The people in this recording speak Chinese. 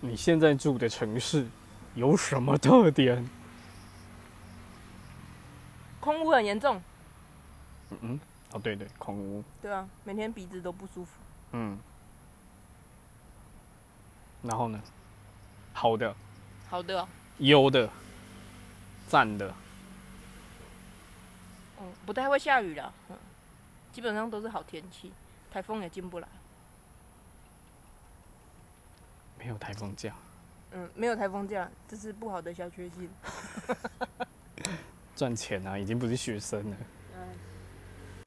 你现在住的城市有什么特点？空污很严重，嗯嗯，哦对对，空屋，对啊，每天鼻子都不舒服。嗯。然后呢？好的，好的哦、优的，赞的，嗯，不太会下雨了，嗯，基本上都是好天气，台风也进不来，没有台风假，嗯，没有台风假，这是不好的小确幸。赚钱啊，已经不是学生了。